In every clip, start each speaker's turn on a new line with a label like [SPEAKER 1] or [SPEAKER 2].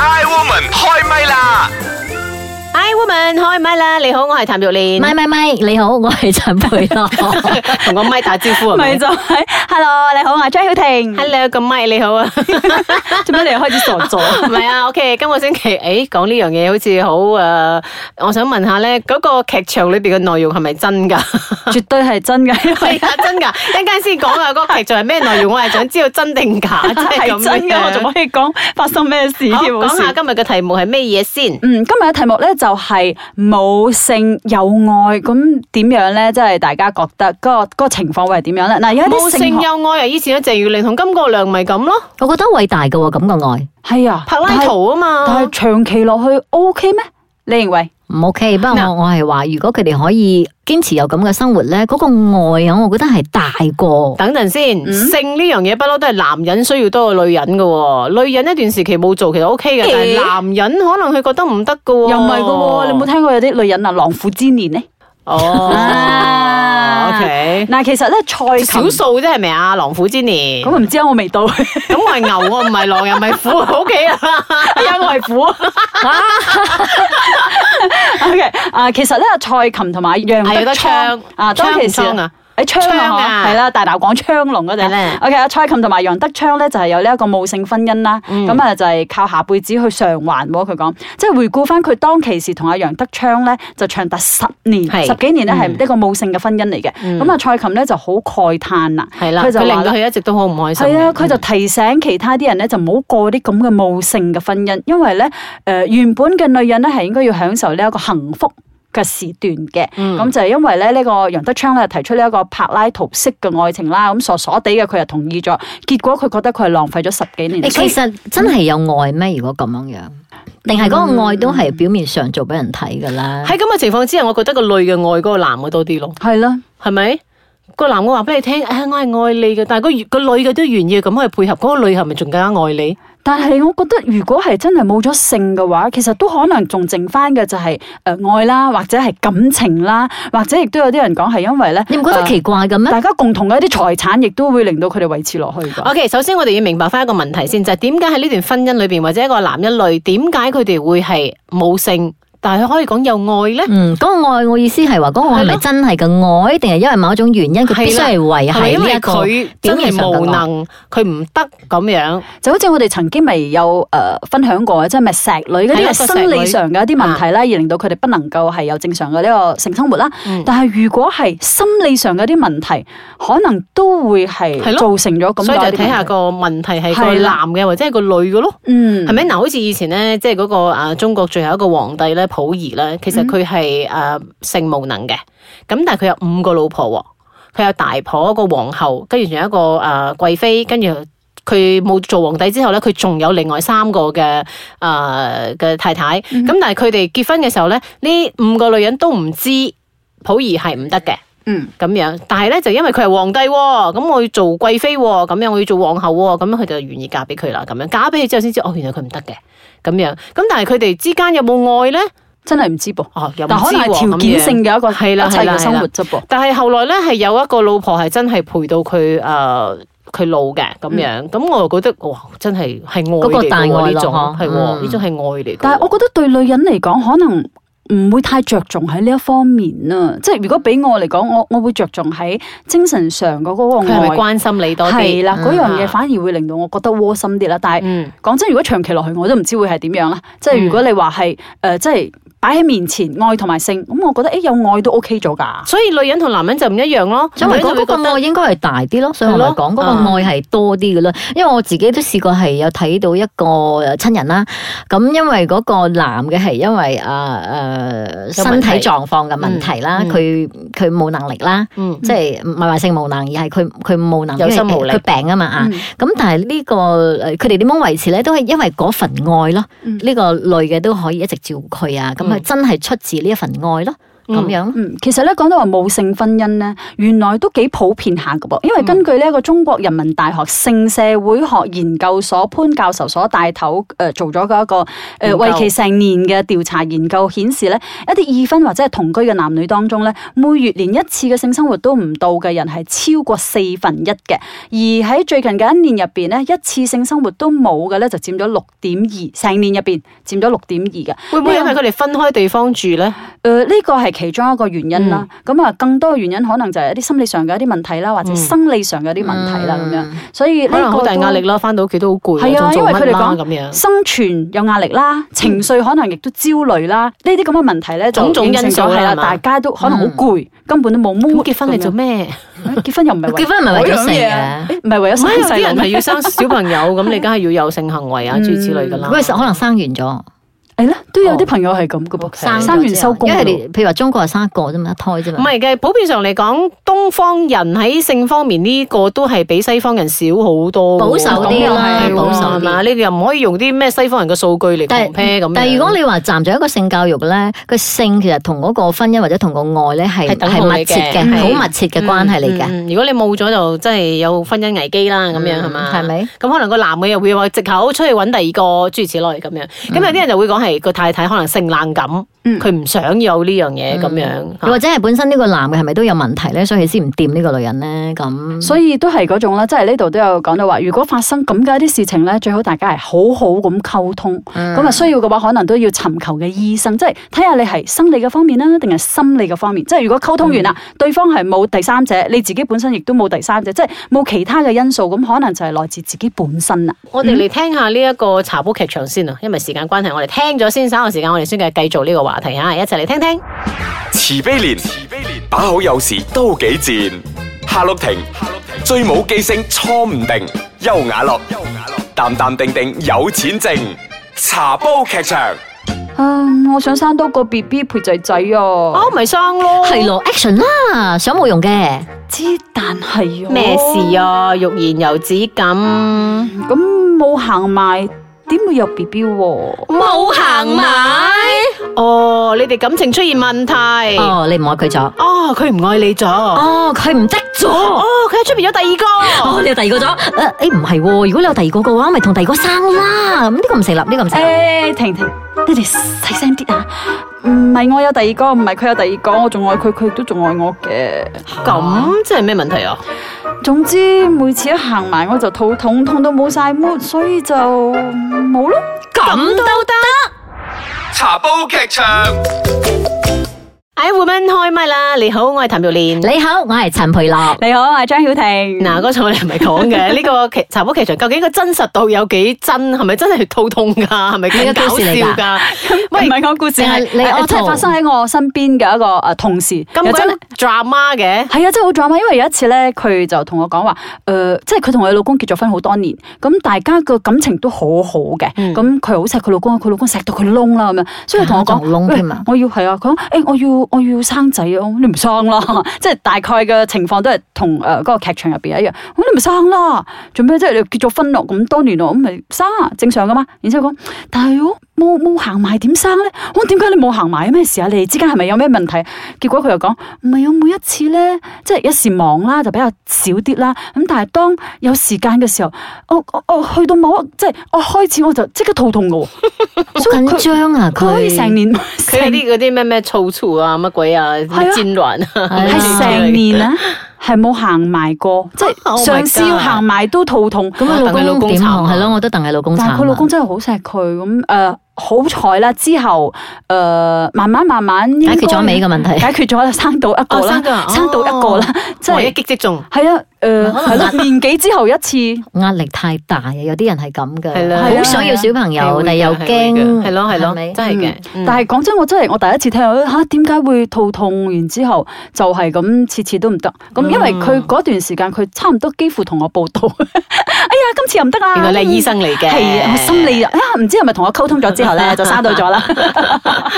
[SPEAKER 1] I Woman 開唛啦！
[SPEAKER 2] I woman 開咪啦！你好，我係譚玉
[SPEAKER 3] 唔
[SPEAKER 2] 蓮，
[SPEAKER 3] 係唔係唔係，你好，我係陳佩樂。
[SPEAKER 2] 同個咪打招呼係
[SPEAKER 4] 咪
[SPEAKER 2] 咪
[SPEAKER 4] 就係、Hello，你好，我係張曉婷。
[SPEAKER 2] ？Hello，個咪你好 啊！
[SPEAKER 4] 做咩你又開始傻 咗？
[SPEAKER 2] 唔係啊，OK，今個星期誒講呢樣嘢好似好誒、呃我想問下咧，嗰、個劇場裏邊嘅內容係咪真 㗎？
[SPEAKER 4] 絕對係真嘅，因為
[SPEAKER 2] 係啊，真㗎！一陣間先講啊，嗰個劇場係咩內容？我係想知道真定假， 真係 咁
[SPEAKER 4] 係真嘅，
[SPEAKER 2] 樣
[SPEAKER 4] 我仲可以講發生咩事添。
[SPEAKER 2] 好，
[SPEAKER 4] 好
[SPEAKER 2] 講
[SPEAKER 4] 笑
[SPEAKER 2] 下今日嘅題目係咩嘢先？
[SPEAKER 4] 嗯，今日嘅題目咧就係冇性有愛，咁點樣咧？即係大家覺得嗰、個嗰個情況會係點樣咧？嗱，有一
[SPEAKER 2] 冇
[SPEAKER 4] 啲
[SPEAKER 2] 性
[SPEAKER 4] 性學
[SPEAKER 2] 有愛啊！以前嘅鄭裕玲同金國亮咪咁咯，
[SPEAKER 3] 我覺得偉大嘅喎，咁嘅愛
[SPEAKER 4] 係啊，
[SPEAKER 2] 柏拉圖啊
[SPEAKER 4] 但係，但係
[SPEAKER 2] 嘛。
[SPEAKER 4] 長期落去 O K 咩？你認為？
[SPEAKER 3] 唔 OK。不過
[SPEAKER 2] 嗱
[SPEAKER 3] 我我係話，如果佢哋可以堅持有咁嘅生活咧，嗰、個愛啊，我覺得係大過。
[SPEAKER 2] 等陣先，性呢樣嘢不嬲都係男人需要多過女人嘅喎，女人一段時期冇做其實 O K 嘅，但係
[SPEAKER 4] 咦
[SPEAKER 2] 男人可能佢覺得唔得嘅喎。
[SPEAKER 4] 又唔係嘅喎，你冇聽過有啲女人啊，狼虎之年咧？
[SPEAKER 2] 哦
[SPEAKER 4] 啊
[SPEAKER 2] ，OK，
[SPEAKER 4] 嗱，其實咧，蔡
[SPEAKER 2] 少
[SPEAKER 4] 琴
[SPEAKER 2] 數啫係咪啊？狼虎之年，
[SPEAKER 4] 咁我唔知啊，我未 到，
[SPEAKER 2] 咁我係牛，我唔係狼，又唔 係虎，OK 啦。
[SPEAKER 4] 因為苦。O K，啊，其實咧，蔡琴同埋楊
[SPEAKER 2] 係有
[SPEAKER 4] 德
[SPEAKER 2] 得
[SPEAKER 4] 昌
[SPEAKER 2] 槍
[SPEAKER 4] 啊，當其時
[SPEAKER 2] 槍唔槍啊
[SPEAKER 4] 喺槍
[SPEAKER 2] 槍
[SPEAKER 4] 啊
[SPEAKER 2] 啊
[SPEAKER 4] 嗬，係啦，大鬧廣昌隆嗰
[SPEAKER 2] 係
[SPEAKER 4] 陣
[SPEAKER 2] 啦。
[SPEAKER 4] O K，啊，蔡琴同埋楊德昌咧就係有呢一個母性婚姻啦，
[SPEAKER 2] 嗯
[SPEAKER 4] 咁啊就係靠下輩子去償還喎。佢講，即係回顧翻佢當其時同阿楊德昌咧就長達十年
[SPEAKER 2] 係、嗯
[SPEAKER 4] 十幾年咧係呢個母性嘅婚姻嚟嘅。咁啊，蔡琴咧就好慨嘆啦，
[SPEAKER 2] 係啦，
[SPEAKER 4] 佢就
[SPEAKER 2] 佢令
[SPEAKER 4] 話
[SPEAKER 2] 到
[SPEAKER 4] 啦。
[SPEAKER 2] 佢一直都好唔開心嘅。
[SPEAKER 4] 係啊，佢就提醒其他啲人咧，就唔好過啲咁嘅冇性嘅婚姻，因為咧，誒、呃原本嘅女人咧係應該要享受呢一個幸福。嘅時段嘅，咁、
[SPEAKER 3] 嗯
[SPEAKER 4] 就係因為咧呢、呢個楊德昌咧提出呢一個柏拉圖式嘅愛情啦，咁傻傻地嘅佢又同意咗，結果佢覺得佢係浪費咗十幾年。
[SPEAKER 3] 誒
[SPEAKER 4] 所以
[SPEAKER 3] 其實真係有愛咩？如果咁樣樣，定係嗰個愛都係表面上做俾人睇㗎啦。
[SPEAKER 2] 喺咁嘅情況之下，我覺得個女嘅愛嗰個男嘅多啲咯，
[SPEAKER 4] 係啦，
[SPEAKER 2] 係咪？個男嘅話俾你聽，啊，我係愛你嘅，但係個個女嘅都願意咁去配合，嗰、個女係咪仲更加愛你？
[SPEAKER 4] 但係我覺得如果係真係冇咗性嘅話，其實都可能仲剩翻嘅就係、誒愛啦，或者係感情啦，或者亦都有啲人講係因為咧，
[SPEAKER 3] 你唔覺得
[SPEAKER 4] 誒
[SPEAKER 3] 奇怪嘅咩？
[SPEAKER 4] 大家共同嘅一啲財產，亦都會令到佢哋維持落去㗎。
[SPEAKER 2] OK，首先我哋要明白翻一個問題先，就係點解喺呢段婚姻裏邊，或者一個男一女，點解佢哋會係冇性，但係佢可以講有愛咧？
[SPEAKER 3] 嗯，嗰、個愛我意思係話，嗰、個愛係
[SPEAKER 2] 係
[SPEAKER 3] 咪
[SPEAKER 2] 咯
[SPEAKER 3] 真係嘅愛，定係因為某一種原因，佢必須係維
[SPEAKER 2] 係咪
[SPEAKER 3] 係
[SPEAKER 2] 因
[SPEAKER 3] 呢
[SPEAKER 2] 為
[SPEAKER 3] 一個
[SPEAKER 2] 佢真係無能，佢唔得咁樣？
[SPEAKER 4] 就好似我哋曾經咪有誒、呃分享過，即係咪石女嗰
[SPEAKER 2] 係一
[SPEAKER 4] 啲
[SPEAKER 2] 個
[SPEAKER 4] 係生
[SPEAKER 2] 石女啊
[SPEAKER 4] 理上嘅一啲問題啦，而令到佢哋不能夠係有正常嘅呢個性生活啦。
[SPEAKER 2] 嗯
[SPEAKER 4] 但係如果係心理上嘅一啲問題，可能都會係
[SPEAKER 2] 係咯
[SPEAKER 4] 造成咗咁
[SPEAKER 2] 所以
[SPEAKER 4] 樣
[SPEAKER 2] 就睇下個問題係個
[SPEAKER 4] 係啦
[SPEAKER 2] 男嘅或者係個女嘅咯。
[SPEAKER 4] 嗯
[SPEAKER 2] 係咪嗱？好似以前咧，即係嗰個啊中國最後一個皇帝咧，溥儀咧，其實佢係誒性無能嘅，咁但係佢有五個老婆喎，佢有大婆一個皇后，跟住仲有一個誒、呃、貴妃，跟住佢冇做皇帝之後咧，佢仲有另外三個嘅誒嘅太太，咁、
[SPEAKER 4] 嗯
[SPEAKER 2] 但係佢哋結婚嘅時候咧，呢五個女人都唔知溥儀係唔得嘅。
[SPEAKER 4] 嗯
[SPEAKER 2] 咁樣，但係咧就因為佢係皇帝喎、咁我要做貴妃喎、咁樣我要做皇后喎、咁樣佢就願意嫁俾佢啦。咁樣嫁俾佢之後先知，哦，原來佢唔得嘅，咁樣。咁但係佢哋之間有冇愛咧？
[SPEAKER 4] 真係唔知噃，
[SPEAKER 2] 哦，又唔知
[SPEAKER 4] 但可能
[SPEAKER 2] 喎。
[SPEAKER 4] 係條件
[SPEAKER 2] 咁樣
[SPEAKER 4] 性嘅一個
[SPEAKER 2] 係啦
[SPEAKER 4] 一切
[SPEAKER 2] 係啦
[SPEAKER 4] 嘅生活
[SPEAKER 2] 係啦
[SPEAKER 4] 啫噃。
[SPEAKER 2] 但係後來咧係有一個老婆係真係陪到佢誒呃佢老嘅咁
[SPEAKER 4] 嗯
[SPEAKER 2] 樣，咁、我又覺得哇，真係係愛嚟
[SPEAKER 3] 嗰個
[SPEAKER 2] 嘅
[SPEAKER 3] 大愛
[SPEAKER 2] 喎呢
[SPEAKER 3] 咯
[SPEAKER 2] 種，
[SPEAKER 3] 嗬
[SPEAKER 2] 係喎
[SPEAKER 3] 嗯
[SPEAKER 2] 呢種係愛嚟嘅喎。
[SPEAKER 4] 但係我覺得對女人嚟講，可能唔會太着重喺呢一方面啊。即係如果俾我嚟講，我我會着重喺精神上嘅嗰
[SPEAKER 2] 佢係
[SPEAKER 4] 個
[SPEAKER 2] 咪
[SPEAKER 4] 愛。
[SPEAKER 2] 關心你多啲？
[SPEAKER 4] 係啦，嗰樣
[SPEAKER 2] 嗯
[SPEAKER 4] 嘢反而會令到我覺得窩心啲啦。但係
[SPEAKER 2] 嗯，
[SPEAKER 4] 講真，如果長期落去，我都唔知會係點樣啦。即係如果你話係誒，即係擺喺面前愛同埋性，咁我覺得誒有愛都 OK 咗㗎。
[SPEAKER 2] 所以女人同男人就唔一樣咯。
[SPEAKER 3] 所以我
[SPEAKER 2] 女人就會
[SPEAKER 3] 講嗰
[SPEAKER 2] 覺
[SPEAKER 3] 個
[SPEAKER 2] 得
[SPEAKER 3] 愛應該係大啲咯，所以我咪講嗰個
[SPEAKER 2] 係咯
[SPEAKER 3] 愛係多啲嘅啦。因為我自己都試過係有睇到一個誒親人啦，咁因為嗰個男嘅係因為啊誒
[SPEAKER 2] 有問
[SPEAKER 3] 身體
[SPEAKER 2] 題
[SPEAKER 3] 狀況嘅問題啦，
[SPEAKER 2] 嗯嗯
[SPEAKER 3] 佢佢冇能力啦，
[SPEAKER 2] 嗯
[SPEAKER 3] 即係唔係話性無能，而係佢佢冇能力，
[SPEAKER 2] 有心
[SPEAKER 3] 因為
[SPEAKER 2] 無力
[SPEAKER 3] 佢病啊嘛啊。
[SPEAKER 4] 嗯
[SPEAKER 3] 咁但係呢個誒佢哋點樣維持咧？都係因為嗰份愛咯，
[SPEAKER 4] 嗯
[SPEAKER 3] 呢個女嘅都可以一直照顧佢啊，咁佢
[SPEAKER 2] 嗯
[SPEAKER 3] 真係出自呢一份愛咯。咁樣。
[SPEAKER 4] 嗯，其實咧講到話無性婚姻咧，原來都幾普遍下噶噃，因為
[SPEAKER 2] 嗯
[SPEAKER 4] 根據呢一個中國人民大學性社會學研究所潘教授所帶頭誒、呃做咗嘅一個誒、呃
[SPEAKER 2] 研究
[SPEAKER 4] 為期成年嘅調查研究顯示咧，一啲已婚或者係同居嘅男女當中咧，每月連一次嘅性生活都唔到嘅人係超過四分一嘅，而喺最近嘅一年入邊咧，一次性生活都冇嘅咧就佔咗六點二，成年入邊佔咗六點二嘅。
[SPEAKER 2] 會唔會因為佢哋分開地方住咧？
[SPEAKER 4] 誒呃呢個係其中一個原因啦，
[SPEAKER 2] 嗯
[SPEAKER 4] 咁啊、更多嘅原因可能就係一啲心理上嘅一啲問題啦，或者生理上嘅一啲問題啦咁、樣，所以呢
[SPEAKER 2] 嗯可能好
[SPEAKER 4] 個
[SPEAKER 2] 大
[SPEAKER 4] 都
[SPEAKER 2] 壓力啦，翻到屋企都好攰
[SPEAKER 4] 係
[SPEAKER 2] 啊，
[SPEAKER 4] 啊
[SPEAKER 2] 仲做
[SPEAKER 4] 因為
[SPEAKER 2] 乜
[SPEAKER 4] 佢哋
[SPEAKER 2] 啦
[SPEAKER 4] 講
[SPEAKER 2] 咁樣。
[SPEAKER 4] 生存有壓力啦，情緒可能亦都焦慮啦，呢啲咁嘅問題咧就
[SPEAKER 2] 種種因素
[SPEAKER 4] 形成咗係
[SPEAKER 2] 係嘛
[SPEAKER 4] 啦，
[SPEAKER 2] 嗯
[SPEAKER 4] 大家都可能好攰，根本都冇 mood
[SPEAKER 2] 咁結婚嚟做
[SPEAKER 4] 咁
[SPEAKER 2] 咩？
[SPEAKER 4] 樣？結婚又唔係
[SPEAKER 3] 結婚唔係為咗性
[SPEAKER 4] 嗰樣嘢
[SPEAKER 3] 嘅，
[SPEAKER 4] 啊哎誒唔係
[SPEAKER 2] 啊唔係
[SPEAKER 4] 為咗
[SPEAKER 2] 有
[SPEAKER 4] 生
[SPEAKER 2] 啲人
[SPEAKER 4] 細
[SPEAKER 2] 係
[SPEAKER 4] 路咩？
[SPEAKER 2] 要生小朋友，咁你梗係要有性行為啊，
[SPEAKER 4] 嗯
[SPEAKER 2] 諸如此類噶啦。
[SPEAKER 3] 佢可能生完咗，
[SPEAKER 4] 係咧，都有
[SPEAKER 2] 哦
[SPEAKER 4] 啲朋友係咁嘅噃，
[SPEAKER 2] 生咗
[SPEAKER 4] 生完收工
[SPEAKER 3] 因為佢
[SPEAKER 4] 㗎
[SPEAKER 3] 哋譬如話中國係生一個啫嘛，一胎啫
[SPEAKER 2] 唔
[SPEAKER 3] 嘛。
[SPEAKER 2] 係嘅，普遍上嚟講，東方人喺性方面呢個都係比西方人少好多喎，
[SPEAKER 3] 保守
[SPEAKER 4] 啲啦
[SPEAKER 2] 咁又係喎
[SPEAKER 4] 保守
[SPEAKER 3] 啲
[SPEAKER 2] 係嘛？你又唔可以用啲咩西方人嘅數據嚟
[SPEAKER 3] 但
[SPEAKER 2] compare 咁樣。
[SPEAKER 3] 但係如果你話站在一個性教育咧，個性其實同嗰個婚姻或者同個愛咧係
[SPEAKER 2] 係等號
[SPEAKER 3] 係密切
[SPEAKER 2] 嚟嘅
[SPEAKER 3] 嘅，好密切嘅關係嚟嘅，
[SPEAKER 2] 嗯嗯如果你冇咗就真係有婚姻危機啦，咁樣係嘛？
[SPEAKER 3] 嗯係？咪？
[SPEAKER 2] 咁可能個男嘅又會話藉口出去揾第二個諸如此類咁樣，咁有啲人就會講係個太太可能性冷感，
[SPEAKER 4] 嗯
[SPEAKER 2] 佢唔想有呢樣嘢咁樣。啊
[SPEAKER 3] 又或者係本身呢個男嘅係咪都有問題咧，所以佢先唔掂呢個女人咧？咁
[SPEAKER 4] 所以都係嗰種啦，即係呢度都有講到話，如果發生咁嘅一啲事情咧，最好大家係好好咁溝通。咁啊、需要嘅話，可能都要尋求嘅醫生，即係睇下你係生理嘅方面啦，啊定係心理嘅方面。即係如果溝通完啦，對方係冇第三者，你自己本身亦都冇第三者，即係冇其他嘅因素，咁可能就係來自自己本身啦。
[SPEAKER 2] 我哋嚟聽下呢一個茶煲劇場先啊，因為時間關係，我哋聽咗先，稍後時間我哋先繼繼續呢個話題啊，一齊嚟聽聽。
[SPEAKER 1] 慈悲蓮，慈悲蓮，把好有時都幾賤。夏綠庭，夏綠庭，最冇記性錯唔定。優雅樂，優雅樂，淡淡定定有錢剩。茶煲劇場，
[SPEAKER 4] 啊，我想生多個 B B 陪仔仔啊！
[SPEAKER 2] 哦，咪生咯，
[SPEAKER 3] 係咯，action 啦，想冇用嘅。
[SPEAKER 4] 之但係
[SPEAKER 2] 咩事？啊？欲言又止咁，
[SPEAKER 4] 咁冇行埋，點會有 B B 喎？
[SPEAKER 2] 冇行埋。哦，你哋感情出現問題。
[SPEAKER 3] 哦，你唔愛佢咗，
[SPEAKER 2] 哦，佢唔愛你咗。哦，
[SPEAKER 3] 哦，佢唔得咗，哦，
[SPEAKER 2] 佢喺出面有第二個。
[SPEAKER 3] 你有第二個咗，誒、誒唔係喎，如果你有第二個嘅話，咪同第二個生啦，咁呢個唔成立，呢、個唔成立。
[SPEAKER 4] 誒，婷婷，你哋細聲啲啊！唔係我有第二個，唔係佢有第二個，我仲愛佢，佢亦都仲愛我嘅。
[SPEAKER 2] 咁即係咩問題啊？
[SPEAKER 4] 總之每次一行埋我就肚痛，痛到冇晒 mood，所以就冇咯。
[SPEAKER 3] 咁都得。
[SPEAKER 1] 茶煲劇場。
[SPEAKER 2] 哎，woman 開麥啦！你好，我係譚玉蓮。
[SPEAKER 3] 你好，我係陳培樂。
[SPEAKER 4] 你好，我係張曉婷。
[SPEAKER 2] 嗱，嗰陣我哋唔係講 嘅呢個劇茶煲劇場，究竟個真實度有幾真？係咪真係肚痛㗎？係咪
[SPEAKER 3] 你
[SPEAKER 2] 咁
[SPEAKER 4] 啊
[SPEAKER 3] 嘅
[SPEAKER 2] 搞
[SPEAKER 3] 故事嚟
[SPEAKER 2] 笑
[SPEAKER 3] 㗎
[SPEAKER 2] 㗎？
[SPEAKER 4] 喂，唔係我故事，
[SPEAKER 3] 定係
[SPEAKER 4] 係
[SPEAKER 3] 你
[SPEAKER 4] 係
[SPEAKER 3] auto？
[SPEAKER 4] 真係發生喺我身邊嘅一個誒同事，
[SPEAKER 2] 咁
[SPEAKER 4] 又真
[SPEAKER 2] 鬼 drama 嘅，
[SPEAKER 4] 係啊，真係好 drama。因為有一次咧，佢就同我講話，誒、即係佢同佢老公結咗婚好多年，咁大家個感情都好好嘅。
[SPEAKER 2] 嗯
[SPEAKER 4] 咁佢好錫佢老公，佢老公錫到佢窿啦咁樣，所以佢同我
[SPEAKER 3] 啊仲
[SPEAKER 4] 講，
[SPEAKER 3] 窿
[SPEAKER 4] 喂
[SPEAKER 3] 添啊
[SPEAKER 4] 我要係啊，佢講，誒、我要我要生仔啊，你唔生啦， 即係大概嘅情況都係同呃誒嗰個劇場入邊一樣。我話你唔生啦，做咩啫？你結咗婚咯，咁多年咯，咁咪生啊，正常噶嘛。然之後講，但係我冇冇行埋點生咧？我話點解你冇行埋？咩事啊？你哋之間係咪有咩問題？結果佢又講唔係，我每一次咧，即係一時忙啦，就比較少啲啦。咁但係當有時間嘅時候，我我我去到某一即係我開始我就即刻肚痛噶喎，
[SPEAKER 3] 好
[SPEAKER 4] 哦所以佢
[SPEAKER 3] 緊張啊！
[SPEAKER 4] 佢可以成
[SPEAKER 3] 年
[SPEAKER 4] 年，
[SPEAKER 2] 佢有
[SPEAKER 4] 成
[SPEAKER 2] 啲嗰啲咩咩醋醋啊，乜鬼啊，
[SPEAKER 4] 係啊
[SPEAKER 2] 戰亂啊，
[SPEAKER 3] 係
[SPEAKER 4] 係成年啊，係冇行埋過，即
[SPEAKER 2] Oh my
[SPEAKER 4] 係上司要
[SPEAKER 2] God
[SPEAKER 4] 行埋都肚痛。
[SPEAKER 3] 咁
[SPEAKER 2] 我戥
[SPEAKER 3] 佢
[SPEAKER 2] 佢老
[SPEAKER 3] 老
[SPEAKER 2] 公
[SPEAKER 3] 公點
[SPEAKER 2] 慘
[SPEAKER 3] 啊？
[SPEAKER 2] 啊
[SPEAKER 3] 係咯，我都戥佢老公慘
[SPEAKER 4] 但
[SPEAKER 3] 啊。
[SPEAKER 4] 係佢老公真係好錫佢咁誒，呃好彩啦！之後誒、呃慢慢慢慢應該
[SPEAKER 3] 解決咗尾嘅問題，
[SPEAKER 4] 解決咗啦，生到一個
[SPEAKER 2] 哦生
[SPEAKER 4] 啦
[SPEAKER 2] 到啊，
[SPEAKER 4] 生到一個啦，即
[SPEAKER 2] 真係一
[SPEAKER 4] 係
[SPEAKER 2] 擊即中。
[SPEAKER 4] 係啊，誒係咯，年幾之後一次，
[SPEAKER 3] 壓力太大啊！有啲人係咁
[SPEAKER 2] 係啦
[SPEAKER 3] 嘅，好想要小朋
[SPEAKER 4] 啊
[SPEAKER 3] 友，但係又驚，
[SPEAKER 2] 係咯係咯，
[SPEAKER 3] 咪
[SPEAKER 2] 真係嘅
[SPEAKER 4] 嗯。
[SPEAKER 2] 嗯
[SPEAKER 4] 但係講真，我真係我第一次聽到吓點解會肚痛，然之後就係
[SPEAKER 2] 嗯
[SPEAKER 4] 咁次次都唔得，咁因為佢嗰段時間佢差唔多幾乎同我報道，哎呀今次又唔得啦。
[SPEAKER 2] 原來你係醫生嚟嘅
[SPEAKER 4] 係啊，我心理啊，唔知係咪同我溝通咗之後咧，就生到 咗啦。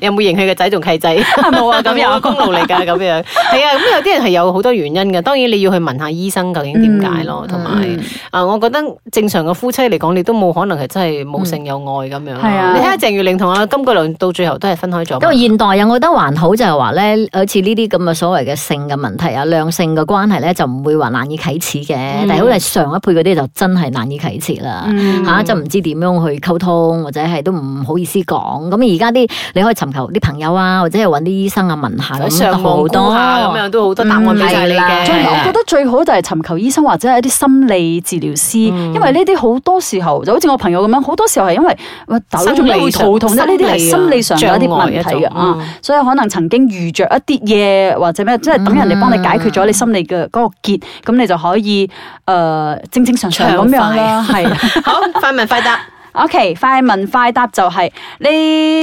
[SPEAKER 2] 有冇認佢嘅仔仲契仔？
[SPEAKER 4] 冇啊咁樣
[SPEAKER 2] 有冇功勞哦嚟 㗎咁樣。係啊，咁有啲人係有好多原因嘅。當然你要去問下醫生究竟點解
[SPEAKER 4] 嗯
[SPEAKER 2] 咯，同埋啊，我覺得正常嘅夫妻嚟講，你都冇可能係真係冇性有愛咁樣。
[SPEAKER 4] 係啊
[SPEAKER 2] 你睇下鄭月玲同阿金桂良到最後都係分開咗
[SPEAKER 3] 因
[SPEAKER 2] 嘛。
[SPEAKER 3] 為現代人，我覺得還好就係話咧，好似呢啲咁嘅所謂嘅性嘅問題啊、兩性嘅關係咧，就唔會話難以啟齒嘅。但係好似上一輩嗰啲就真係難以啟齒啦，嚇、
[SPEAKER 4] 嗯
[SPEAKER 3] 就唔知點樣去溝通，或者係都唔好意思講。咁而家啲你可以尋求啲朋友啊，或者係揾啲醫生啊問下，咁
[SPEAKER 2] 上網
[SPEAKER 3] 都好
[SPEAKER 2] 估下
[SPEAKER 3] 多
[SPEAKER 2] 咁。樣都好多答案俾晒你嘅。
[SPEAKER 3] 嗯係啦
[SPEAKER 4] 最我覺
[SPEAKER 2] 係
[SPEAKER 4] 得最好就係尋求醫生或者係一啲心理治療師，
[SPEAKER 2] 嗯
[SPEAKER 4] 因為呢啲好多時候就好似我朋友咁樣，好多時候係因為喂
[SPEAKER 2] 啊
[SPEAKER 4] 大佬仲會肚痛，即係呢啲係心理上嘅一啲問題嘅啊，
[SPEAKER 2] 嗯
[SPEAKER 4] 所以可能曾經遇着一啲嘢或者咩，即係等人哋幫你解決
[SPEAKER 2] 嗯
[SPEAKER 4] 咗你心理嘅嗰個結，咁你就可以誒、呃正正常常咁樣啦，係。
[SPEAKER 2] 好，快問快答。
[SPEAKER 4] OK，快問快答就係、你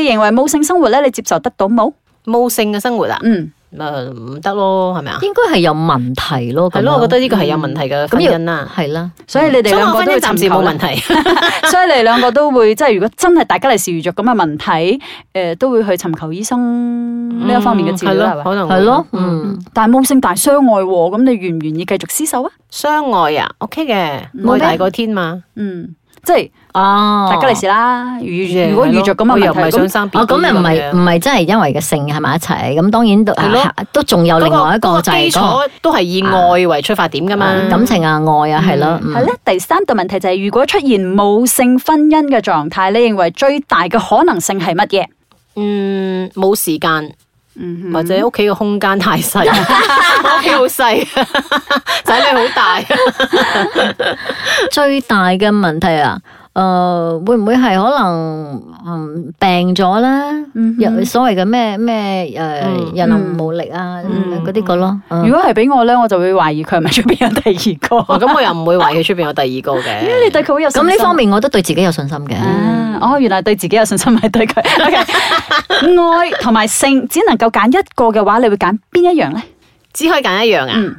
[SPEAKER 4] 認為冇性生活咧，你接受得到冇？
[SPEAKER 2] 冇性嘅生活啊，
[SPEAKER 4] 嗯，
[SPEAKER 2] 誒唔得咯，係咪啊？
[SPEAKER 3] 應該係有問題咯。嗯
[SPEAKER 2] 係咯，我覺得呢個係有問題嘅婚姻啦。
[SPEAKER 3] 係啦。
[SPEAKER 4] 所嗯以你哋
[SPEAKER 2] 所以我
[SPEAKER 4] 兩個
[SPEAKER 2] 婚
[SPEAKER 4] 都
[SPEAKER 2] 姻
[SPEAKER 4] 會
[SPEAKER 2] 暫
[SPEAKER 4] 尋
[SPEAKER 2] 時
[SPEAKER 4] 求
[SPEAKER 2] 冇
[SPEAKER 4] 啦
[SPEAKER 2] 問題。
[SPEAKER 4] 所以你兩個都會即係如果真係大家嚟時遇着咁嘅問題，誒、都會去尋求醫生呢一方面嘅治療
[SPEAKER 2] 嗯係咯
[SPEAKER 4] 啦，係咪
[SPEAKER 2] 可能會
[SPEAKER 3] 係咯，嗯，
[SPEAKER 4] 但係冇性大相愛喎，咁你願唔願意繼續厮守啊？
[SPEAKER 2] 相愛啊，OK 嘅，
[SPEAKER 4] 冇
[SPEAKER 2] 愛
[SPEAKER 4] 咩
[SPEAKER 2] 大過天嘛。
[SPEAKER 4] 嗯，即係
[SPEAKER 3] 哦，
[SPEAKER 4] 大家嚟時啦。如如果遇着咁
[SPEAKER 2] 嗯我
[SPEAKER 4] 嘅
[SPEAKER 2] 又唔係
[SPEAKER 4] 問題，
[SPEAKER 2] 想
[SPEAKER 4] 咁
[SPEAKER 2] 生 B
[SPEAKER 3] 哦，咁咪唔係唔
[SPEAKER 2] 係
[SPEAKER 3] 係真係因為嘅性喺埋一齊，咁當然都
[SPEAKER 2] 係咯
[SPEAKER 3] 啊都仲有另外一個就係
[SPEAKER 2] 基
[SPEAKER 3] 嗰個
[SPEAKER 2] 礎都係以愛為出發點噶嘛。
[SPEAKER 3] 啊感情啊、愛啊，係咯，嗯
[SPEAKER 4] 係咧。第三個問題就係、如果出現冇性婚姻嘅狀態，你認為最大嘅可能性係乜嘢？
[SPEAKER 2] 嗯，冇時間
[SPEAKER 4] 嗯哼
[SPEAKER 2] 或者屋企嘅空間太細，我屋企好細，仔女好大。
[SPEAKER 3] 最大嘅問題啊，誒會唔會係可能嗯病咗啦？有所謂嘅咩咩
[SPEAKER 2] 嗯
[SPEAKER 3] 誒人能無力啊
[SPEAKER 2] 嗯
[SPEAKER 3] 嗰啲個咯。嗯
[SPEAKER 4] 如果係俾我咧，我就會懷疑佢係咪出邊有第二個
[SPEAKER 2] 哦，。咁我又唔會懷疑出邊有第二個
[SPEAKER 4] 因為
[SPEAKER 2] 嘅。
[SPEAKER 4] 你對佢好有信
[SPEAKER 3] 咁
[SPEAKER 4] 心
[SPEAKER 3] 呢方面我都對自己有信心嘅。
[SPEAKER 4] 啊，哦，原來對自己有信心，唔係對佢。OK，愛同埋性只能夠揀一個嘅話，你會揀邊一樣咧？
[SPEAKER 2] 只可以揀一樣啊。
[SPEAKER 4] 嗯，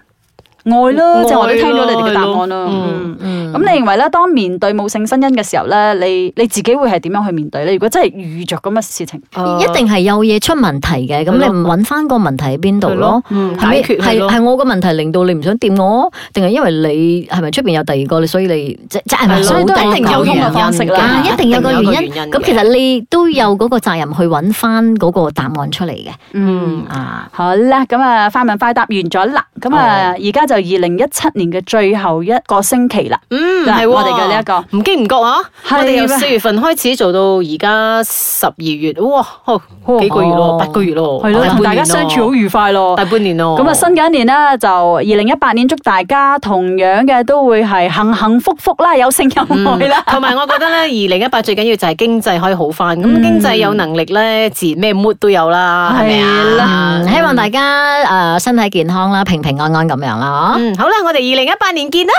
[SPEAKER 4] 愛咯，就我都
[SPEAKER 2] 愛咯
[SPEAKER 4] 聽到你哋嘅答案咯。
[SPEAKER 2] 嗯
[SPEAKER 4] 嗯，咁你認為咧，當面對冇性婚姻嘅時候咧，你你自己會係點樣去面對咧？如果真係遇着咁嘅事情，
[SPEAKER 2] 呃
[SPEAKER 3] 一定係有嘢出問題嘅，咁
[SPEAKER 2] 係
[SPEAKER 3] 你
[SPEAKER 2] 咯
[SPEAKER 3] 唔揾翻個問題喺邊度
[SPEAKER 2] 係
[SPEAKER 3] 咯
[SPEAKER 2] 咯？嗯
[SPEAKER 3] 係咪
[SPEAKER 2] 解決係
[SPEAKER 3] 係
[SPEAKER 2] 咯
[SPEAKER 3] 係我個問題令到你唔想掂我，定係因為你係咪出邊有第二個，你所以你即即係咪
[SPEAKER 2] 係咯所
[SPEAKER 3] 好多
[SPEAKER 2] 以都一定有
[SPEAKER 3] 原
[SPEAKER 2] 通嘅方式啦
[SPEAKER 3] 啊一定有個
[SPEAKER 2] 嗯一定有個
[SPEAKER 3] 原因
[SPEAKER 2] 原因。
[SPEAKER 3] 咁其實你都有嗰個責任去揾翻嗰個答案出嚟嘅
[SPEAKER 2] 嗯。
[SPEAKER 3] 啊。
[SPEAKER 4] 好啦，咁啊，快問快答完咗啦。咁啊，而家就二零一七年嘅最後一個星期啦。
[SPEAKER 2] 嗯，
[SPEAKER 4] 嗱
[SPEAKER 2] 係喎
[SPEAKER 4] 我哋嘅呢一個
[SPEAKER 2] 唔經唔覺啊，
[SPEAKER 4] 係
[SPEAKER 2] 我哋由
[SPEAKER 4] 咩
[SPEAKER 2] 四月份開始做到而家十二月，哇，哦
[SPEAKER 4] 哦
[SPEAKER 2] 幾個月
[SPEAKER 3] 哦
[SPEAKER 2] 咯，八個月咯，
[SPEAKER 4] 係咯，
[SPEAKER 2] 大半
[SPEAKER 4] 同大家
[SPEAKER 2] 年咯
[SPEAKER 4] 相處好愉快咯
[SPEAKER 2] 大。半年咯。
[SPEAKER 4] 咁啊，新嘅一年咧，就二零一八年，祝大家同樣嘅都會係幸幸福福啦，有性有愛啦。
[SPEAKER 2] 嗯同埋我覺得咧，二零一八最緊要就係經濟可以好翻，
[SPEAKER 4] 嗯
[SPEAKER 2] 咁經濟有能力咧，自然咩 mood 都有啦，係咪
[SPEAKER 4] 係啦
[SPEAKER 2] 啊？
[SPEAKER 3] 嗯希呃望大家誒身體健康啦，平平安安咁樣啦，嗬。
[SPEAKER 2] 嗯，好啦，我哋二零一八年見啦。